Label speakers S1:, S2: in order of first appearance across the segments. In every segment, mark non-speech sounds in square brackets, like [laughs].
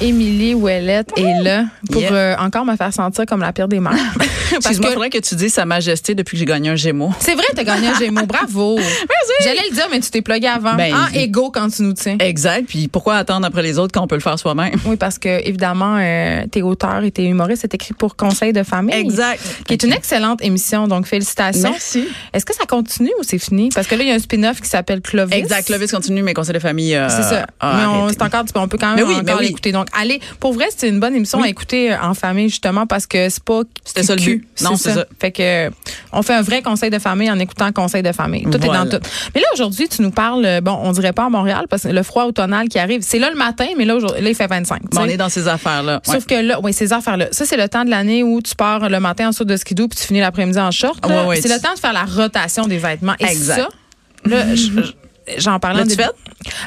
S1: Émilie Ouellette est là pour
S2: Yeah.
S1: euh, encore me faire sentir comme la pire des
S2: [laughs]
S1: mères. Parce
S2: Excuse-moi,
S1: que
S2: faudrait que tu dises Sa Majesté depuis que j'ai gagné un Gémeaux.
S1: c'est vrai, t'as gagné un Gémeaux.
S2: [laughs]
S1: Bravo. J'allais le dire, mais tu t'es plugué avant.
S2: Ben,
S1: ah,
S2: il-
S1: égo quand tu nous tiens.
S2: Exact. Puis pourquoi attendre après les autres quand on peut le faire soi-même?
S1: Oui, parce que évidemment, euh, t'es auteur et t'es humoriste. C'est écrit pour Conseil de famille. Qui est une excellente émission, donc félicitations.
S2: Merci.
S1: Est-ce que ça continue ou c'est fini? Parce que là, il y a un spin-off qui s'appelle Clovis.
S2: Exact. Clovis continue, mais conseil de famille. euh,
S1: C'est ça.
S2: a
S1: mais on,
S2: arrêté.
S1: c'est encore, tu peux- on peut quand
S2: Mais
S1: même
S2: oui, mais
S1: encore
S2: oui.
S1: l'écouter. Donc, allez, pour vrai, c'est une bonne émission à écouter euh, en famille, justement, parce que c'est pas.
S2: C'était ça le
S1: cul.
S2: but. Non, c'est ça.
S1: Fait que, euh, on fait un vrai conseil de famille en écoutant conseil de famille. Tout est
S2: Voilà.
S1: dans tout. Mais là, aujourd'hui, tu nous parles, euh, bon, on dirait pas à Montréal, parce que le froid automnal qui arrive, c'est là le matin, mais là, aujourd'hui, là, il fait 25. tu
S2: Bon, on
S1: sais.
S2: est dans ces affaires-là. Ouais.
S1: Sauf que là, oui, ces affaires-là. Ça, c'est le temps de l'année où tu pars le matin en saut de skidoo puis tu finis l'après-midi en short.
S2: Ah,
S1: là.
S2: ouais, ouais,
S1: c'est
S2: tu-
S1: le temps de faire la rotation des vêtements. Et
S2: Exact.
S1: ça,
S2: [laughs]
S1: là, je- je- j'en parlais en
S2: L'as-tu
S1: début.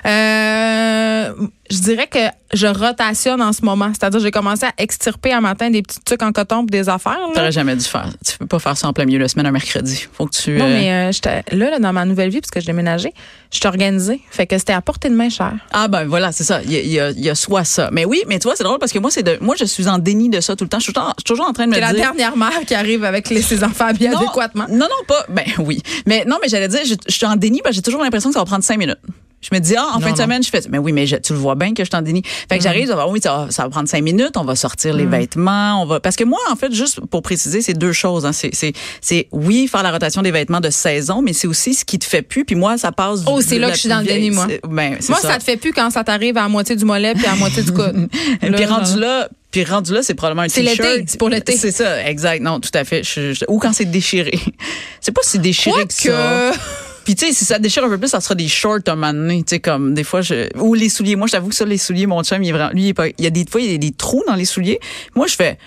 S1: Euh, je dirais que je rotationne en ce moment. C'est-à-dire, j'ai commencé à extirper un matin des petits trucs en coton pour des affaires. là.
S2: T'aurais jamais dû faire. Tu peux pas faire ça en plein milieu de la semaine un mercredi. Faut que tu.
S1: Non,
S2: euh,
S1: mais euh, j'étais- là, là, dans ma nouvelle vie, puisque je déménageais, je suis organisée. Fait que c'était à portée de main chère.
S2: Ah ben voilà, c'est ça. Il y, a- il y a- il y a soit ça. Mais oui, mais tu vois, c'est drôle parce que moi, c'est de, moi, je suis en déni de ça tout le temps. Je suis tout le temps- je suis toujours en train de me
S1: C'est
S2: dire.
S1: la dernière mère qui arrive avec les- ses enfants bien
S2: Non,
S1: adéquatement.
S2: Non, non, pas. Ben [laughs] oui. Mais non, mais j'allais dire, je, je suis en déni parce que j'ai toujours l'impression que ça va prendre cinq minutes. Je me dis, ah, en fin de semaine, je fais, mais oui, mais je- tu le vois bien que je suis en déni.
S1: Mm-hmm.
S2: Fait que j'arrive, ah oui, ça va, ça va prendre cinq minutes, on va sortir
S1: Mm.
S2: les vêtements, on va. Parce que moi, en fait, juste pour préciser, c'est deux choses. Hein. C'est, c'est, c'est, oui, faire la rotation des vêtements de saison, mais c'est aussi ce qui te fait plus. Puis moi, ça passe.
S1: Oh,
S2: du-
S1: c'est
S2: de
S1: là que
S2: la
S1: je suis dans le
S2: vieille-
S1: déni, moi.
S2: c'est- Ben, c'est
S1: Moi, ça. te fait plus quand ça t'arrive à la moitié du mollet puis à la moitié du
S2: [laughs]
S1: coude.
S2: Et puis rendu là, puis rendu là, c'est probablement un
S1: C'est
S2: t-shirt.
S1: l'été, c'est pour l'été.
S2: C'est ça, exact. Non, tout à fait. Je- je- ou quand c'est déchiré. [laughs] c'est pas si déchiré que ça.
S1: Quoique.
S2: Puis tu sais, si ça déchire un peu plus, ça sera des shorts un moment donné. Tu sais, comme des fois, je... ou les souliers. Moi, je t'avoue que ça, les souliers, mon chum, il est vraiment... lui, il, est pas... il y a des fois, il y a des trous dans les souliers. Moi, je fais,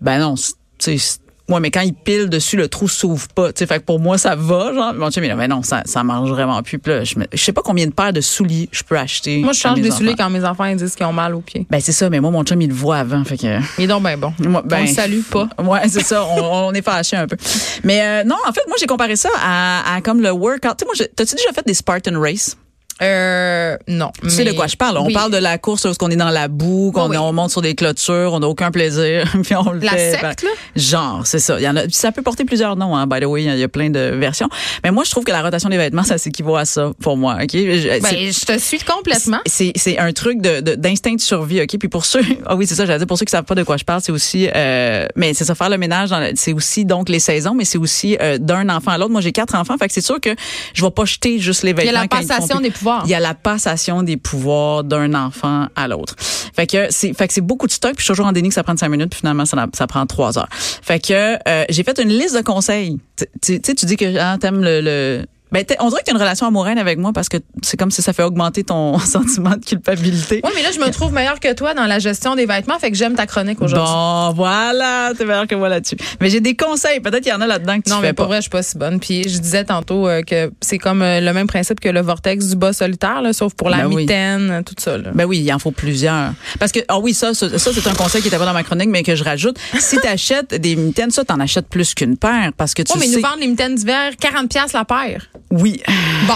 S2: ben non, c'est- tu sais. c'est- Ouais, mais quand il pile dessus, le trou s'ouvre pas. Tu sais, fait que pour moi, ça va, genre. Mon chum, il est là, ben non, ça, ça marche vraiment plus. Puis là, je, me- je sais pas combien de paires de souliers je peux acheter.
S1: Moi, je
S2: à
S1: change
S2: mes
S1: de
S2: enfants.
S1: souliers quand mes enfants ils disent qu'ils ont mal aux pieds.
S2: Ben c'est ça, mais moi mon chum il le voit avant, fait que.
S1: Et donc, ben bon.
S2: Moi,
S1: On le salue pas.
S2: [laughs] Ouais, c'est ça. On, on est fâchés un peu. Mais euh, non, en fait, moi j'ai comparé ça à, à comme le workout. Tu sais, moi, j'ai- t'as-tu déjà fait des Spartan Race
S1: Euh, non.
S2: Tu sais de quoi je parle On parle de la course lorsqu'on est dans la boue, qu'on
S1: Oui, oui.
S2: on monte sur des clôtures, on n'a aucun plaisir, [laughs] puis on le
S1: La
S2: fait. ben,
S1: secte, là?
S2: Genre, c'est ça. Il y en a. puis Ça peut porter plusieurs noms, hein, by the way. Il y a plein de versions. Mais moi, je trouve que la rotation des vêtements, ça s'équivaut à ça pour moi. Ok. Je- c'est-
S1: Ben, je te suis complètement.
S2: c'est c'est un truc de- de- d'instinct de, survie, OK? Puis pour ceux, [laughs] ah oui, c'est ça, j'allais dire, pour ceux qui savent pas de quoi je parle, c'est aussi, euh, mais c'est ça, faire le ménage, dans la- c'est aussi donc les saisons, mais c'est aussi euh, d'un enfant à l'autre. Moi, j'ai quatre enfants, fait que c'est sûr que je vais pas jeter juste les
S1: Il y
S2: vêtements.
S1: a la
S2: quand ils sont
S1: passation
S2: plus-
S1: des pouvoirs.
S2: Il y a la passation des pouvoirs d'un enfant à l'autre. Fait que c'est, fait que c'est beaucoup de stock, puis je suis toujours en déni que ça prend cinq minutes, puis finalement, ça, ça prend trois heures. Fait que euh, j'ai fait une liste de conseils. Tu- Tu tu sais, tu dis que ah, t'aimes le... le ben, t'es- on dirait que tu une relation amoureuse avec moi parce que c'est comme si ça fait augmenter ton [laughs] sentiment de culpabilité.
S1: Oui, mais là, je me trouve meilleure que toi dans la gestion des vêtements. Fait que j'aime ta chronique aujourd'hui.
S2: Bon, voilà, t'es meilleur que moi là-dessus. Mais j'ai des conseils, peut-être qu'il y en a là-dedans que tu
S1: Non,
S2: fais
S1: mais pour vrai, je suis pas si bonne. Puis je disais tantôt euh, que c'est comme euh, le même principe que le vortex du bas solitaire, là, sauf pour la
S2: Ben oui.
S1: mitaine, euh, tout ça. là.
S2: Ben oui, il en faut plusieurs. Parce que, ah oui, ça, ça, ça, c'est un conseil qui était pas dans ma chronique, mais que je rajoute. Si tu achètes des mitaines, ça, t'en achètes plus qu'une paire. Parce que tu
S1: oh, mais ils
S2: sais.
S1: nous vendent les mitaines d'hiver, 40$ piastres la paire.
S2: Oui.
S1: Bon.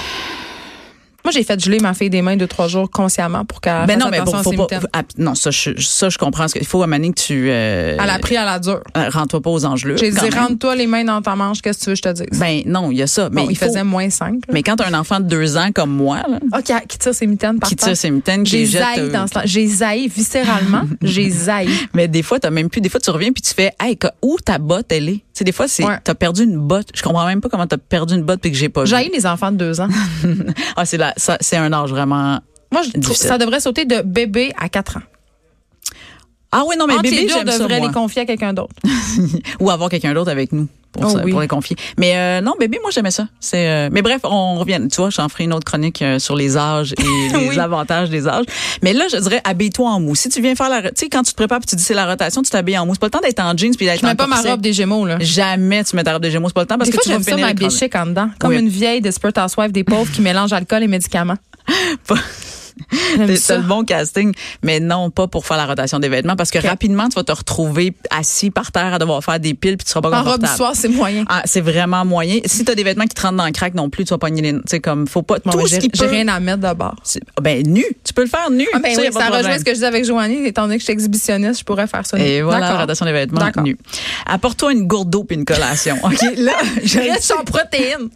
S1: Moi, j'ai fait geler ma fille des mains deux, trois jours consciemment pour qu'elle
S2: Ben
S1: fasse
S2: non, mais
S1: Ah, attention
S2: bon,
S1: à
S2: faut
S1: ses
S2: pas.
S1: mitaines.
S2: ah, non, ça, je, ça, je comprends. ce que- Il faut amener que tu. euh,
S1: Elle a pris à la dure.
S2: euh, Rends-toi pas aux engelures.
S1: J'ai
S2: quand
S1: dit,
S2: même.
S1: rentre-toi les mains dans ta manche, qu'est-ce que tu veux que je te dise?
S2: Ben non, il y a ça. Mais
S1: Bon, il
S2: faut-
S1: faisait moins 5.
S2: Mais quand t'as un enfant de deux ans comme moi, là,
S1: OK, qui tire ses mitaines par
S2: qui
S1: terre.
S2: tire ses mitaines, qui
S1: J'ai
S2: les jette.
S1: zaï
S2: euh,
S1: dans ce temps. J'ai zaï [laughs] viscéralement. J'ai zaï.
S2: Mais des fois, t'as même plus. Des fois, tu reviens puis tu fais, hey, ca- où ta botte elle est. Tu sais, des fois, c'est
S1: Ouais.
S2: t'as perdu une botte. Je comprends même pas comment t'as perdu une botte puis que j'ai pas. vu.
S1: J'haïs les enfants de deux ans.
S2: Ah, c'est là, ça, c'est un âge vraiment.
S1: Moi, je trouve que
S2: Difficile.
S1: ça devrait sauter de bébé à 4 ans.
S2: Ah oui, non, mais
S1: Entre les
S2: bébé,
S1: deux, on
S2: j'aime ça,
S1: devrait
S2: moi.
S1: les confier à quelqu'un d'autre.
S2: Ou avoir quelqu'un d'autre avec nous pour,
S1: Oh
S2: ça-
S1: oui.
S2: pour les confier. Mais euh, non, bébé, moi, j'aimais ça. C'est. euh, mais bref, on revient. Tu vois, j'en ferai une autre chronique euh, sur les âges
S1: [laughs]
S2: et les
S1: Oui.
S2: avantages des âges. Mais là, je dirais, habille-toi en mousse. Si tu viens faire la. Tu sais, quand tu te prépares puis tu dis c'est la rotation, tu t'habilles en mousse. Pas le temps d'être en jeans puis d'être
S1: Je
S2: en
S1: mets pas ma
S2: corset.
S1: robe des Gémeaux, là.
S2: Jamais tu mets ta robe de gémeaux. C'est pas le temps parce
S1: des
S2: que
S1: fois,
S2: tu vas
S1: j'aime ça
S2: finir
S1: m'habiller
S2: [laughs] écrasée.
S1: chic en dedans, comme [laughs]
S2: Oui.
S1: une vieille Desperate Housewife des pauvres qui mélange alcool et médicaments.
S2: Pas-
S1: J'aime
S2: C'est
S1: ça.
S2: le bon casting, mais non pas pour faire la rotation des vêtements parce que
S1: Ok.
S2: rapidement tu vas te retrouver assis par terre à devoir faire des piles puis tu seras pas
S1: En robe
S2: confortable.
S1: du soir, c'est moyen.
S2: Ah, c'est vraiment moyen. Si t'as des vêtements qui te rentrent dans le crack non plus, tu vas pogner les, tu sais comme faut pas
S1: Bon,
S2: tout
S1: ben,
S2: ce
S1: j'ai-
S2: qui
S1: J'ai
S2: peut.
S1: rien à mettre de bord.
S2: C'est- ah, ben nu, tu peux le faire nu.
S1: Ah ben
S2: Ça, y
S1: oui,
S2: a pas de
S1: ça
S2: problème.
S1: rejoint ce que je disais avec Joanie. Étant donné que je suis exhibitionniste, je pourrais faire ça.
S2: Et voilà, la
S1: D'accord. [laughs]
S2: rotation des vêtements
S1: D'accord.
S2: nu. Apporte-toi une gourde d'eau puis une collation.
S1: [laughs]
S2: OK, là, je
S1: Riche
S2: [laughs]
S1: en protéines.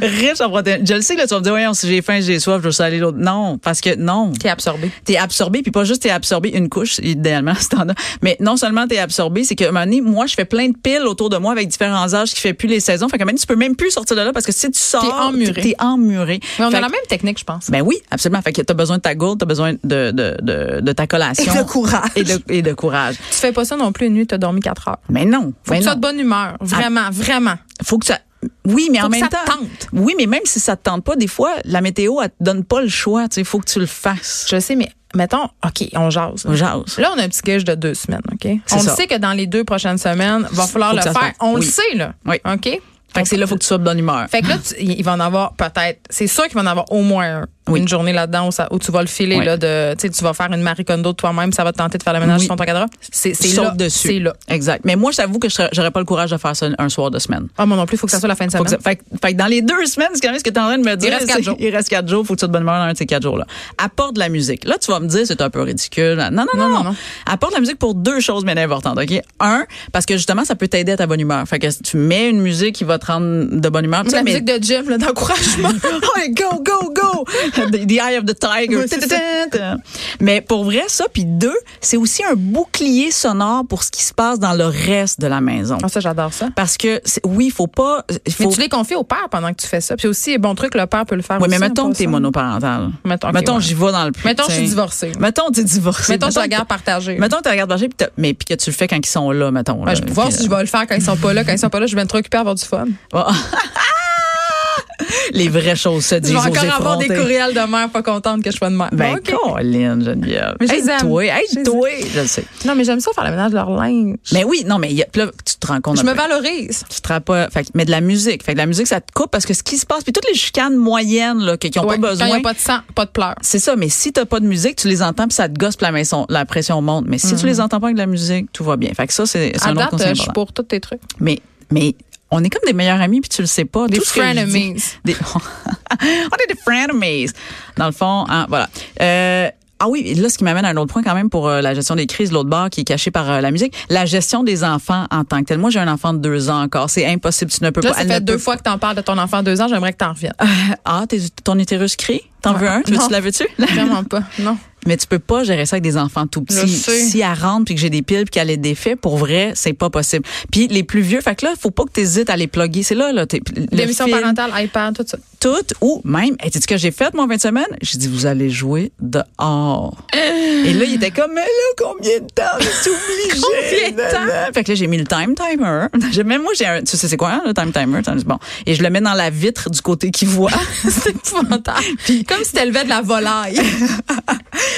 S2: riche en protéines. Je le sais, là, tu vas me dire, voyons, si j'ai faim, j'ai soif, je veux aller l'autre. Non, parce que non.
S1: Qui est absorbé.
S2: T'es absorbé, puis pas juste t'es absorbé une couche, idéalement, [laughs] si t'en as. Mais non seulement t'es absorbé, c'est qu'à un moment donné, moi, je fais plein de piles autour de moi avec différents âges qui fait plus les saisons. Fait que maintenant, tu peux même plus sortir de là parce que si tu sors,
S1: T'es emmuré.
S2: T'es emmuré.
S1: Mais on
S2: Fait
S1: a la
S2: que-
S1: même technique, je pense.
S2: Ben oui, absolument. Fait que t'as besoin de ta gourde, t'as besoin de, de, de, de ta collation.
S1: courage.
S2: Et de, et de courage.
S1: Tu fais pas ça non plus une nuit, t'as dormi 4 heures.
S2: Mais non.
S1: Faut
S2: mais
S1: que tu
S2: non. Ah.
S1: sois de bonne humeur. Vraiment, vraiment.
S2: faut que ça. Oui, mais
S1: Faut
S2: en
S1: que
S2: même
S1: ça te
S2: temps.
S1: tente.
S2: Oui, mais même si ça te tente pas, des fois, la météo, elle te donne pas le choix. Tu sais, faut que tu le fasses.
S1: Je sais, mais mettons, OK, on jase.
S2: Jase.
S1: Là, on a un petit gage de deux semaines, OK?
S2: C'est
S1: On le
S2: ça.
S1: sait que dans les deux prochaines semaines, va falloir
S2: Faut
S1: le
S2: que ça se
S1: faire.
S2: fasse.
S1: On le
S2: Oui.
S1: sait, là.
S2: Oui.
S1: OK?
S2: Fait que c'est là, faut que tu sois de bonne humeur.
S1: Fait que là, tu- il il va en avoir peut-être. C'est sûr qu'il va en avoir au moins un.
S2: Oui.
S1: une journée là-dedans où, ça- où tu vas le filer
S2: Oui.
S1: là de tu sais tu vas faire une Marie Kondo de toi-même ça va te tenter de faire le ménage
S2: Oui.
S1: sur ton cadre c'est c'est
S2: Saute
S1: là
S2: dessus.
S1: c'est là
S2: Exact. Mais moi, j'avoue que je serais- j'aurais pas le courage de faire ça un- un soir de semaine.
S1: ah moi non plus faut que ça soit la fin de
S2: Faut
S1: semaine
S2: que ça- fait, que- fait que dans les deux semaines, c'est quand même ce que tu en train de me dire.
S1: reste quatre
S2: c'est-
S1: jours.
S2: Il reste quatre jours. Faut que tu sois de bonne humeur dans un de ces quatre jours-là. Apporte de la musique. Là, tu vas me dire, c'est un peu ridicule. Non, non, non,
S1: Non,
S2: non.
S1: non, non.
S2: Apporte de la musique pour deux choses bien importantes, OK? Un, parce que justement, ça peut t'aider à ta bonne humeur. Fait que si tu mets une musique qui va te rendre de bonne humeur. tu sais,
S1: la
S2: mais-
S1: musique de Jim là, d'encouragement
S2: [laughs] Ouais, go, go, go! The, the Eye of the Tiger.
S1: Ouais, c'est ça.
S2: Tintin. [laughs] Mais pour vrai, ça, puis deux, c'est aussi un bouclier sonore pour ce qui se passe dans le reste de la maison.
S1: Ah, ça j'adore ça
S2: Parce que, c'est- oui, il faut pas...
S1: mais
S2: Faut,
S1: tu les confies au père pendant que tu fais ça puis aussi bon truc le père peut le faire
S2: oui,
S1: aussi
S2: mais mettons
S1: en
S2: que t'es
S1: passant.
S2: monoparental.
S1: Mettons, ok,
S2: mettons,
S1: ouais.
S2: j'y vais dans le plus.
S1: mettons je suis
S2: t'sais.
S1: divorcée
S2: Mettons, t'es divorcé.
S1: mettons que je la
S2: que-
S1: garde partagée
S2: Mettons que t'as la garde partagée, puis t'as- mais puis que tu le fais quand ils sont là, mettons.
S1: Ouais,
S2: là.
S1: je peux voir
S2: Puis,
S1: si je vais le faire quand ils sont pas là. Quand ils sont pas là, je vais me trop occupée à avoir du fun.
S2: euh, [laughs] Les vraies choses se
S1: Je
S2: disent
S1: vais
S2: aux
S1: encore avoir des
S2: effrontés.
S1: courriels de mère pas contente que je sois de mère.
S2: Ben,
S1: Bon, ok.
S2: Colin, Geneviève.
S1: Mais je les aime.
S2: Aide-toi,
S1: Je les
S2: aide-toi. Je le sais.
S1: Non, mais j'aime ça faire le ménage de leur linge.
S2: Mais oui, non, mais il y a- puis là, tu te rends compte.
S1: je me
S2: après.
S1: valorise.
S2: Tu te rends pas. Fait, que- mais de la musique. Fait que de la musique, ça te coupe parce que ce qui se passe, puis toutes les chicanes moyennes, là, que- qui n'ont
S1: Ouais,
S2: pas
S1: Quand il n'y
S2: besoin.
S1: a pas de sang, pas de pleurs.
S2: C'est ça, mais si t'as pas de musique, tu les entends puis ça te gosse puis la, maison, la pression monte. Mais si tu les entends pas avec de la musique, tout va bien. Fait que ça, c'est c'est
S1: Mhm. À
S2: un autre
S1: date, euh,
S2: conseil
S1: je suis pour
S2: important.
S1: tous tes trucs.
S2: Mais, mais on est comme des meilleurs amis puis tu le sais pas.
S1: Des
S2: Tout ce que je dis-
S1: frenemies.
S2: des- [laughs] on est des frenemies. Dans le fond, hein, voilà. Euh, ah oui, et là, ce qui m'amène à un autre point quand même pour euh, la gestion des crises, l'autre bord qui est caché par euh, la musique, la gestion des enfants en tant que tel. Moi, j'ai un enfant de deux ans encore. C'est impossible, tu ne peux
S1: Là,
S2: pas.
S1: ça
S2: elle
S1: fait
S2: ne
S1: deux
S2: peut-
S1: fois que t'en parles de ton enfant de deux ans. J'aimerais que t'en
S2: [laughs]
S1: reviennes.
S2: Ah, t'es- ton utérus crie? T'en veux un? Tu
S1: Non.
S2: veux-tu la veux-tu?
S1: Vraiment pas. Non.
S2: Mais tu peux pas gérer ça avec des enfants tout
S1: Je
S2: petits.
S1: sais.
S2: Si elle rentre puis que j'ai des piles puis qu'elle est défait, pour vrai, c'est pas possible. Puis les plus vieux, fait que là, faut pas que t'hésites à les plugger. C'est là, là, t'es- le
S1: L'émission
S2: film,
S1: parentale, iPad,
S2: [laughs]
S1: tout ça.
S2: toutes ou même, hey, sais ce que j'ai fait, moi, en fin de semaine? J'ai dit, vous allez jouer dehors. Et là, il était comme, mais là, combien de temps? Je suis obligée.
S1: Combien de temps?
S2: Nanana. Fait que là, j'ai mis le time timer. [laughs] J'ai- Même moi, j'ai un, tu sais, c'est quoi, hein, le time timer? Bon. Et je le mets dans la vitre du côté qui voit.
S1: C'est [laughs] épouvantable. [laughs] Comme si t'élevais de la volaille.
S2: [laughs]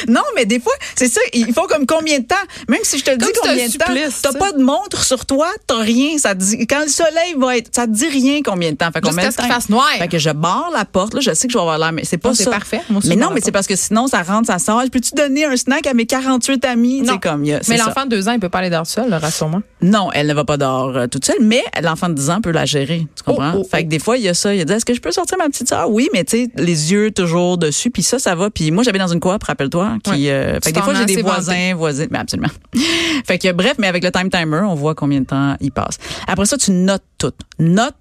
S2: non, mais des fois, c'est ça, ils font comme combien de temps? Même si je te le
S1: Comme si
S2: dis
S1: c'était
S2: combien
S1: un
S2: de temps,
S1: supplice,
S2: t'as
S1: ça.
S2: pas de montre sur toi, t'as rien. Ça te dit, quand le soleil va être, ça te dit rien combien de temps. Fait qu'on met
S1: Jusqu'à
S2: le
S1: ce qu'il
S2: time.
S1: fasse noir.
S2: Fait que je barre la porte, là, je sais que je vais avoir l'air, mais c'est pas
S1: Non, c'est
S2: ça.
S1: parfait. Moi aussi,
S2: mais
S1: je
S2: non,
S1: barre la
S2: mais c'est
S1: porte.
S2: parce que sinon, ça rentre, ça sort. Je Peux-tu donner un snack à mes 48 amis?
S1: Non.
S2: C'est comme, il y a- c'est
S1: Mais
S2: ça.
S1: l'enfant de deux ans, il peut pas aller dehors seul, là, rassure-moi.
S2: Non, elle ne va pas dehors euh, toute seule, mais l'enfant de 10 ans peut la gérer. Tu comprends?
S1: Oh, oh,
S2: Fait que des fois, il y a ça. Il y a dit, est-ce que je peux sortir ma petite soeur? Oui, mais tu sais, les yeux toujours dessus. Puis ça, ça va. Puis moi, j'avais dans une coop, rappelle-toi. Qui,
S1: Ouais.
S2: euh,
S1: Tu
S2: fait que des
S1: t'en
S2: fois,
S1: as
S2: j'ai des
S1: assez
S2: voisins, voisines. Mais absolument. [laughs] fait que euh, bref, mais avec le time timer, on voit combien de temps il passe. Après ça, tu notes tout. Note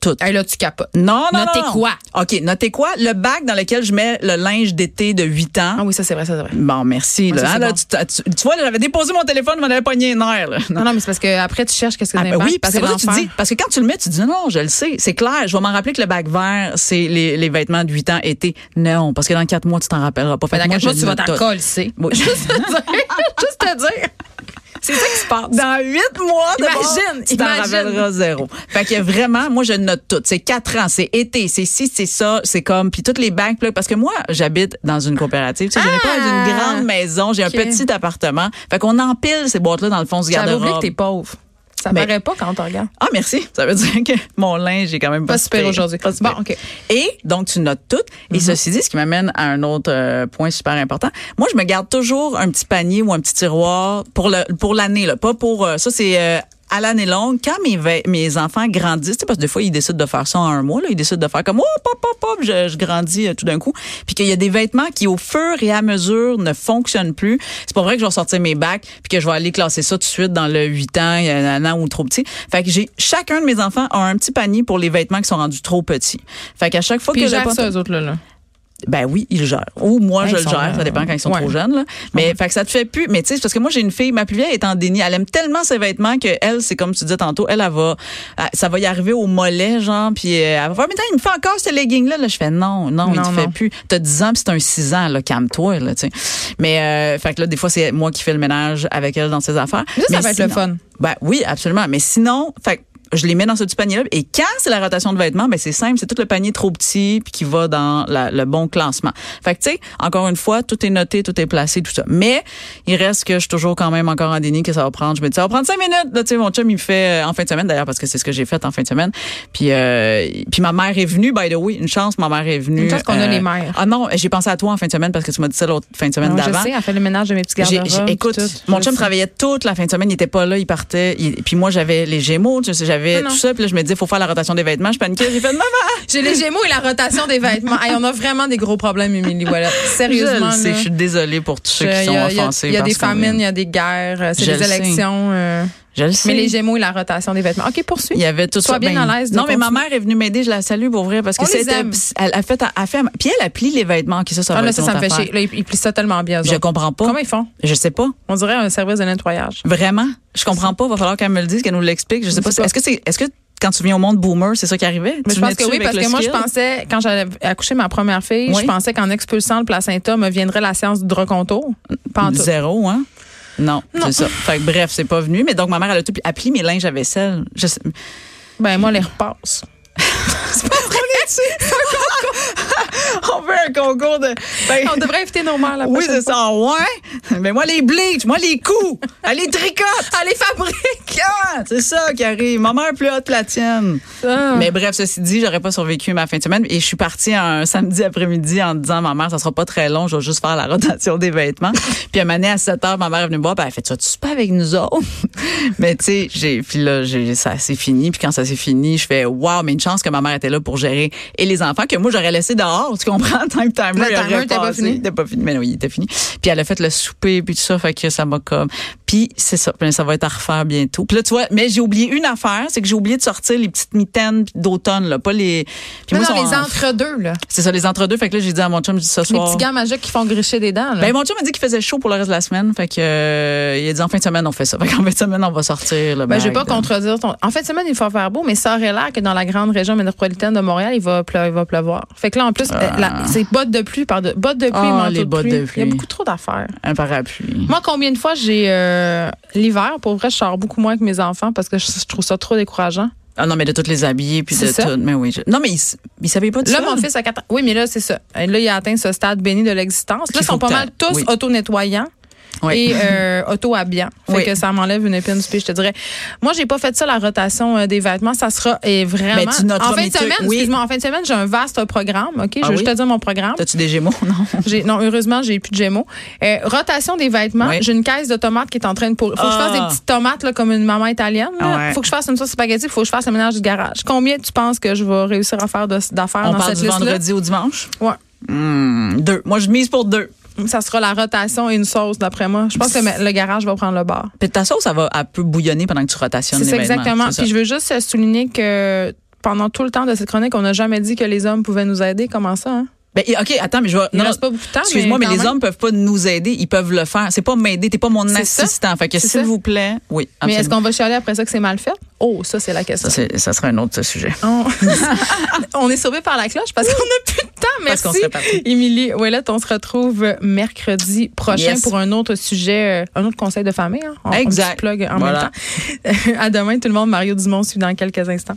S2: tout.
S1: Hey, là, tu capotes.
S2: Non, non,
S1: Notez
S2: non.
S1: quoi?
S2: OK, notez quoi? Le bac dans lequel je mets le linge d'été de 8 ans.
S1: Ah oui, ça, c'est vrai, ça, c'est vrai.
S2: Bon, merci.
S1: Ouais,
S2: là,
S1: ça,
S2: Hein,
S1: c'est
S2: là,
S1: bon. Ah,
S2: tu, t'as- tu- tu vois, là, j'avais déposé mon téléphone, je m'en avais pogné un nerf. là.
S1: Non, non, mais c'est parce que après, tu cherches qu'est-ce que
S2: Ah, ben
S1: t'as
S2: oui, parce que,
S1: là,
S2: là, tu dis, parce que quand tu le mets, tu dis non, non, je le sais, c'est clair, je vais m'en rappeler que le bac vert, c'est les, les vêtements de 8 ans été. Non, parce que dans 4 mois, tu t'en rappelleras pas. Fait
S1: Mais dans
S2: que moi,
S1: quatre mois,
S2: je
S1: tu vas
S2: note
S1: t'en
S2: tout.
S1: coller, c'est. [laughs]
S2: Oui.
S1: Juste te dire. Juste te
S2: [laughs]
S1: dire. C'est ça qui se passe.
S2: Dans 8 mois, de
S1: Imagine,
S2: bord, tu t'en
S1: imagine.
S2: rappelleras zéro. Fait que vraiment, moi, je note tout. C'est 4 ans, c'est été, c'est ci, c'est ça, c'est comme, puis toutes les banques, là, parce que moi, j'habite dans une coopérative, tu sais, je n'ai pas
S1: Ah!
S2: une grande maison, j'ai
S1: Ok.
S2: un petit appartement. Fait qu'on empile ces boîtes-là dans le fond du
S1: J'avais
S2: garde-robe.
S1: oublié que t'es pauvre. Ça
S2: Ben-
S1: paraît pas quand on regarde.
S2: Ah, merci. Ça veut dire que mon linge est quand même pas,
S1: Pas
S2: si
S1: super
S2: pire.
S1: aujourd'hui.
S2: Pas si
S1: Bon,
S2: pire.
S1: OK. Mhm.
S2: Et donc, tu notes tout. Et ceci dit, ce qui m'amène à un autre euh, point super important. Moi, je me garde toujours un petit panier ou un petit tiroir pour le pour l'année, là. Pas pour. euh, ça, c'est. euh, à l'année longue, quand mes, ve- mes enfants grandissent, tu sais, parce que des fois, ils décident de faire ça en un mois, là, ils décident de faire comme, oh, pop, pop, pop, je, je grandis euh, tout d'un coup, puis qu'il y a des vêtements qui, au fur et à mesure, ne fonctionnent plus. C'est pas vrai que je vais sortir mes bacs, puis que je vais aller classer ça tout de suite dans le 8 ans, il y a un an ou trop petit. Fait que j'ai, chacun de mes enfants a un petit panier pour les vêtements qui sont rendus trop petits. Fait qu'à chaque fois
S1: Puis
S2: que
S1: ils
S2: le
S1: gèrent
S2: pantalon-
S1: ça, eux autres, là. là.
S2: ben oui, ils le gèrent. Ou moi,
S1: Ouais,
S2: je
S1: ils
S2: le
S1: sont,
S2: gère.
S1: euh,
S2: ça dépend quand ils sont
S1: ouais.
S2: trop jeunes. Là. Mais fait que ça te fait plus. Mais tu sais, c'est parce que moi, j'ai une fille, ma plus vieille est en déni. Elle aime tellement ses vêtements que elle, c'est comme tu disais tantôt, elle, elle va, elle- ça va y arriver au mollet, genre. Puis euh, elle va faire, mais attends, il me fait encore ce legging-là. Là, je fais, non, non, il
S1: Non,
S2: te fait
S1: non.
S2: plus. T'as 10 ans, puis c'est un 6 ans, là, calme-toi, là, tu sais. Mais euh, fait que là, des fois, c'est moi qui fais le ménage avec elle dans ses affaires.
S1: Ça, ça
S2: Mais
S1: va être le
S2: sinon-
S1: fun.
S2: ben oui, absolument. Mais sinon, fait que je les mets dans ce petit panier-là. Et quand c'est la rotation de vêtements, ben c'est simple, c'est tout le panier trop petit puis qui va dans la- le bon classement. Fait que tu sais, encore une fois, tout est noté, tout est placé, tout ça. Mais il reste que je suis toujours quand même encore en déni que ça va prendre. Je me dis ça va prendre cinq minutes. Là, tu sais, mon chum il me fait euh, en fin de semaine d'ailleurs parce que c'est ce que j'ai fait en fin de semaine. Puis euh, puis ma mère est venue. By the way, une chance, ma mère est venue.
S1: Une chance qu'on a les mères.
S2: Ah non, j'ai pensé à toi en fin de semaine parce que tu m'as dit ça l'autre fin de semaine
S1: Non, je
S2: d'avant.
S1: sais, elle fait le ménage de mes petits
S2: J'ai-
S1: garde-robes.
S2: j'ai-
S1: puis
S2: écoute,
S1: tout.
S2: mon
S1: Je
S2: chum
S1: sais.
S2: travaillait toute la fin de semaine, il était pas là, il partait. il- puis moi, j'avais les Gémeaux, tu sais, j'avais
S1: Ah non.
S2: tout ça. Puis là, je me disais, faut faire la rotation des vêtements. Je paniquais, j'ai fait maman.
S1: J'ai les Gémeaux et la rotation des vêtements. Hey, on a vraiment des gros problèmes, Émilie Wallet.
S2: Je
S1: Sérieusement.
S2: le sais,
S1: là.
S2: je suis désolée pour tous ceux
S1: Je-
S2: qui
S1: il y
S2: sont
S1: a- il y a-
S2: offensés.
S1: Il y a des
S2: parce qu'on
S1: famines, il
S2: est-
S1: y a des guerres, euh, c'est
S2: Je
S1: des
S2: le sais.
S1: élections. euh,
S2: Je le sais.
S1: mais les Gémeaux et la rotation des vêtements. OK, poursuis.
S2: Il y avait tout
S1: Sois
S2: ça. Ben,
S1: bien à l'aise de
S2: Non, mais ma
S1: continuer.
S2: mère est venue m'aider, je la salue pour vrai parce que
S1: On les
S2: c'était
S1: aime.
S2: elle a fait elle fait puis elle a plié les vêtements qui ça ça
S1: Ah,
S2: va
S1: là,
S2: être
S1: ça, ça me
S2: notre
S1: fait
S2: affaire.
S1: chier. Là, ils ils plient ça tellement bien. eux
S2: Je
S1: autres.
S2: comprends pas.
S1: Comment ils font?
S2: Je sais pas.
S1: On dirait un service de nettoyage.
S2: Vraiment Je comprends pas, va falloir qu'elle me le dise, qu'elle nous l'explique, je sais pas.
S1: sais pas.
S2: Est-ce que c'est est-ce que quand tu viens au monde boomer, c'est ça qui arrivait
S1: Mais
S2: Tu
S1: je pense
S2: venais-tu
S1: que oui,
S2: avec
S1: parce
S2: le
S1: que moi, je
S2: skill?
S1: pensais, quand j'allais accoucher ma première fille,
S2: Oui.
S1: je pensais qu'en expulsant le placenta me viendrait la séance du recontour. Pas en tout.
S2: Zéro, hein? Non,
S1: Non.
S2: c'est ça. Fait que bref, c'est pas venu. Mais donc, ma mère, elle a tout pli- elle plie mes linges à vaisselle. Je [laughs] sais-
S1: Ben, moi, les
S2: [laughs]
S1: repasse.
S2: On veut un concours de. ben,
S1: On devrait inviter nos mères la
S2: oui,
S1: prochaine
S2: c'est ça. Ouais. Mais moi, les bleach, moi, les coups, elle les tricote. Elle les fabrique. [laughs] Ah, c'est ça qui arrive. Ma mère est plus haute que la tienne.
S1: Ah.
S2: Mais bref, ceci dit, j'aurais pas survécu ma fin de semaine. Et je suis partie un samedi après-midi en disant à ma mère, ça sera pas très long, je vais juste faire la rotation
S1: [laughs]
S2: des vêtements. puis à un moment donné, à 7 heures, ma mère est venue me voir, ben, elle fait, tu vas-tu pas avec nous autres? [laughs] mais tu sais, j'ai, puis là, j'ai, ça s'est fini. Puis quand ça s'est fini, je fais, waouh, mais une chance que ma mère était là pour gérer et les enfants que moi, j'aurais laissé dehors. Tu comprends? [laughs] Tant que timer,
S1: Le
S2: il
S1: timer
S2: aurait
S1: était pas
S2: passé.
S1: fini.
S2: Il était pas fini. Mais non, il était fini. Puis elle a fait le souper, puis tout ça, fait que ça m'a comme. Puis c'est ça, mais ça va être à refaire bientôt. Puis là, tu vois, mais j'ai oublié une affaire, c'est que j'ai oublié de sortir les petites mitaines d'automne, là, pas les. Puis
S1: Mais
S2: moi,
S1: non,
S2: ils
S1: les
S2: sont en-
S1: entre-deux, là.
S2: C'est ça, les entre-deux. Fait que là, j'ai dit à mon chum, j'ai dit ce
S1: Les
S2: soir.
S1: petits gants magiques qui font gricher des dents, là.
S2: Ben, mon chum m'a dit qu'il faisait chaud pour le reste de la semaine. Fait que, euh, il a dit en fin de semaine, on fait ça. Fait qu'en fin de semaine, on va sortir, là.
S1: Ben, je vais pas contredire ton. En fait, semaine, il va faire beau, mais ça aurait l'air que dans la grande région métropolitaine de Montréal, il va, pleu- il va pleuvoir. Fait que là, en plus, euh, la- c'est bottes de pluie par de... bottes de pluie,
S2: Ah,
S1: manteau
S2: les bottes de
S1: Il y
S2: pluie.
S1: a beaucoup trop d'affaires.
S2: Un parapluie.
S1: Moi, combien de fois j'ai euh, l'hiver, pour vrai, je sors beaucoup moins que mes enfants parce que je, je trouve ça trop décourageant.
S2: Ah non, mais de toutes les habiller, puis
S1: C'est
S2: de
S1: ça.
S2: tout. Mais oui. je- Non, mais il, s- il savait pas de
S1: Là,
S2: ça.
S1: mon fils a 4 ans. Oui, mais là, c'est ça. Euh, Là, il a atteint ce stade béni de l'existence. Là,
S2: Qu'il
S1: ils sont
S2: faut
S1: pas
S2: que
S1: mal
S2: t'a-
S1: tous
S2: oui.
S1: auto-nettoyants.
S2: Ouais.
S1: et euh,
S2: [laughs]
S1: auto-habillant. Fait
S2: Oui.
S1: que ça m'enlève une épine du pied, je te dirais. Moi, j'ai pas fait ça, la rotation euh, des vêtements. Ça sera et vraiment.
S2: Mais Ben, tu noteras
S1: en fin
S2: mes
S1: de semaine,
S2: trucs, oui.
S1: excuse-moi, en fin de semaine, j'ai un vaste programme, OK?
S2: Ah
S1: je vais
S2: oui?
S1: juste te dire mon programme.
S2: T'as-tu des gémeaux? Non.
S1: J'ai- non, heureusement, j'ai plus de gémeaux. Euh, rotation des vêtements.
S2: Oui.
S1: J'ai une caisse de tomates qui est en train de pourrir. Faut que je fasse
S2: Ah.
S1: des petites tomates là, comme une maman italienne. là.
S2: Ouais.
S1: Faut que je fasse une sauce spaghetti. Faut que je fasse le ménage du garage. Combien tu penses que je vais réussir à faire de- d'affaires
S2: On
S1: dans
S2: parle
S1: cette
S2: du
S1: liste-là?
S2: vendredi au dimanche?
S1: Ouais.
S2: Hmm, deux. Moi, je mise pour deux.
S1: Ça sera la rotation et une sauce, d'après moi. Je pense que le le garage va prendre le bar.
S2: Puis ta sauce, ça va un peu bouillonner pendant que tu rotationnes
S1: C'est
S2: les
S1: ça,
S2: vêtements.
S1: exactement.
S2: C'est ça.
S1: Puis je veux juste euh, souligner que pendant tout le temps de cette chronique, on n'a jamais dit que les hommes pouvaient nous aider. Comment ça? Hein?
S2: Ben, et- OK, attends, mais je vais...
S1: Il
S2: non,
S1: reste pas beaucoup de temps.
S2: Excuse-moi, mais,
S1: quand
S2: les
S1: même.
S2: hommes peuvent pas nous aider. Ils peuvent le faire. C'est pas m'aider. T'es pas mon
S1: C'est ça.
S2: assistant. Fait que,
S1: C'est
S2: s'il
S1: ça.
S2: vous plaît... Oui,
S1: Mais est-ce
S2: absolument.
S1: qu'on va chialer après ça que c'est mal fait? Oh, ça, c'est la question.
S2: Ça, c'est- ça sera un autre sujet.
S1: On,
S2: [laughs]
S1: [laughs] on est sauvé par la cloche parce qu'on n'a plus de temps.
S2: Parce qu'on
S1: Merci.
S2: serait parti.
S1: Émilie Ouellette, on se retrouve mercredi prochain
S2: Yes.
S1: pour un autre sujet, euh, un autre conseil de famille. hein. On, on
S2: Exact.
S1: se plug en
S2: Voilà.
S1: [laughs] même temps. à demain, tout le monde. Mario Dumont suit dans quelques instants.